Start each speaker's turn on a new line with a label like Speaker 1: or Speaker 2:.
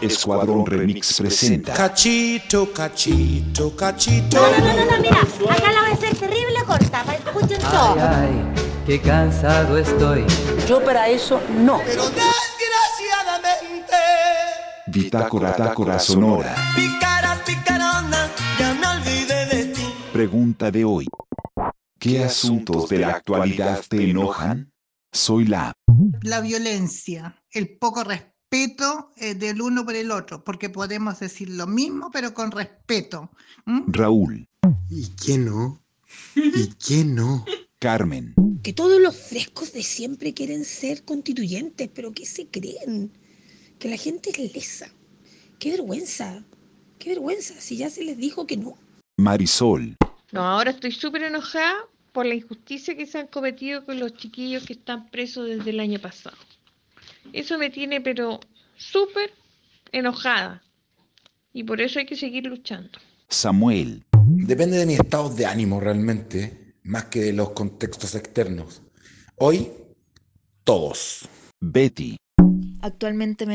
Speaker 1: Escuadrón Remix presenta.
Speaker 2: Cachito, cachito, cachito.
Speaker 3: No, no, no, no, mira, acá la voy a hacer terrible corta, para que escuchen todo.
Speaker 4: Ay, ay, qué cansado estoy.
Speaker 5: Yo para eso no.
Speaker 2: Pero desgraciadamente,
Speaker 1: Bitácora Tácora Sonora.
Speaker 2: picara, picarona, ya me olvidé de ti.
Speaker 1: Pregunta de hoy. ¿Qué asuntos de la actualidad te enojan? Soy la
Speaker 6: la violencia, el poco respeto eh, del uno por el otro, porque podemos decir lo mismo, pero con respeto. ¿m?
Speaker 1: Raúl,
Speaker 7: ¿Y quién no? ¿Y quién no?
Speaker 1: Carmen,
Speaker 8: que todos los frescos de siempre quieren ser constituyentes, pero ¿qué se creen? Que la gente es lesa. Qué vergüenza, qué vergüenza, si ya se les dijo que no.
Speaker 1: Marisol,
Speaker 9: No, ahora estoy súper enojada por la injusticia que se han cometido con los chiquillos que están presos desde el año pasado. Eso me tiene pero súper enojada. Y por eso hay que seguir luchando.
Speaker 1: Samuel,
Speaker 10: Depende de mis estados de ánimo realmente, más que de los contextos externos. Hoy, todos.
Speaker 1: Betty,
Speaker 11: Actualmente me